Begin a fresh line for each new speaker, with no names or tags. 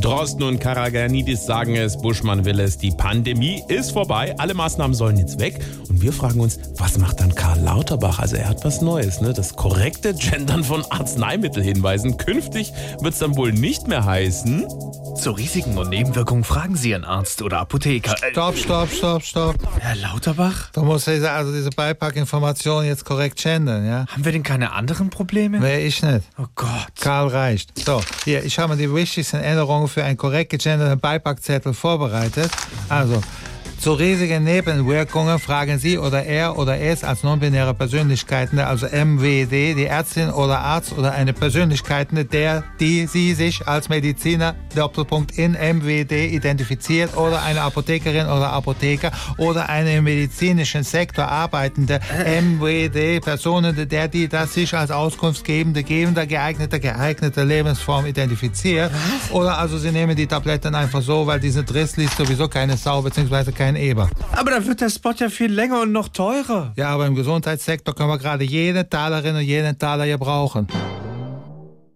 Drosten und Karaganidis sagen es, Buschmann will es. Die Pandemie ist vorbei, alle Maßnahmen sollen jetzt weg. Und wir fragen uns, was macht dann Karl Lauterbach? Also er hat was Neues, ne? Das korrekte Gendern von Arzneimittelhinweisen. Künftig wird es dann wohl nicht mehr heißen.
Zu Risiken und Nebenwirkungen fragen Sie Ihren Arzt oder Apotheker. Äh,
Stopp, stopp, stopp, stopp.
Herr Lauterbach,
Du musst diese, also diese Beipackinformation jetzt korrekt gendern, ja?
haben wir denn keine anderen Probleme?
Nee, ich nicht.
Oh Gott.
Karl reicht. So, hier, ich habe mir die wichtigsten Änderungen für einen korrekt gegenderten Beipackzettel vorbereitet. Also, zu riesigen Nebenwirkungen fragen Sie oder er oder es als nonbinäre Persönlichkeiten, also MWD, die Ärztin oder Arzt oder eine Persönlichkeit, der, die Sie sich als Mediziner, Doppelpunkt, in MWD identifiziert oder eine Apothekerin oder Apotheker oder eine im medizinischen Sektor arbeitende MWD, Personen, der, die das sich als auskunftsgebende, gebender, geeigneter, geeigneter Lebensform identifiziert. Oder also sie nehmen die Tabletten einfach so, weil diese Driss liest sowieso keine Sau bzw. kein Eber.
Aber dann wird der Spot ja viel länger und noch teurer.
Ja, aber im Gesundheitssektor können wir gerade jeden Talerin und jeden Taler hier brauchen.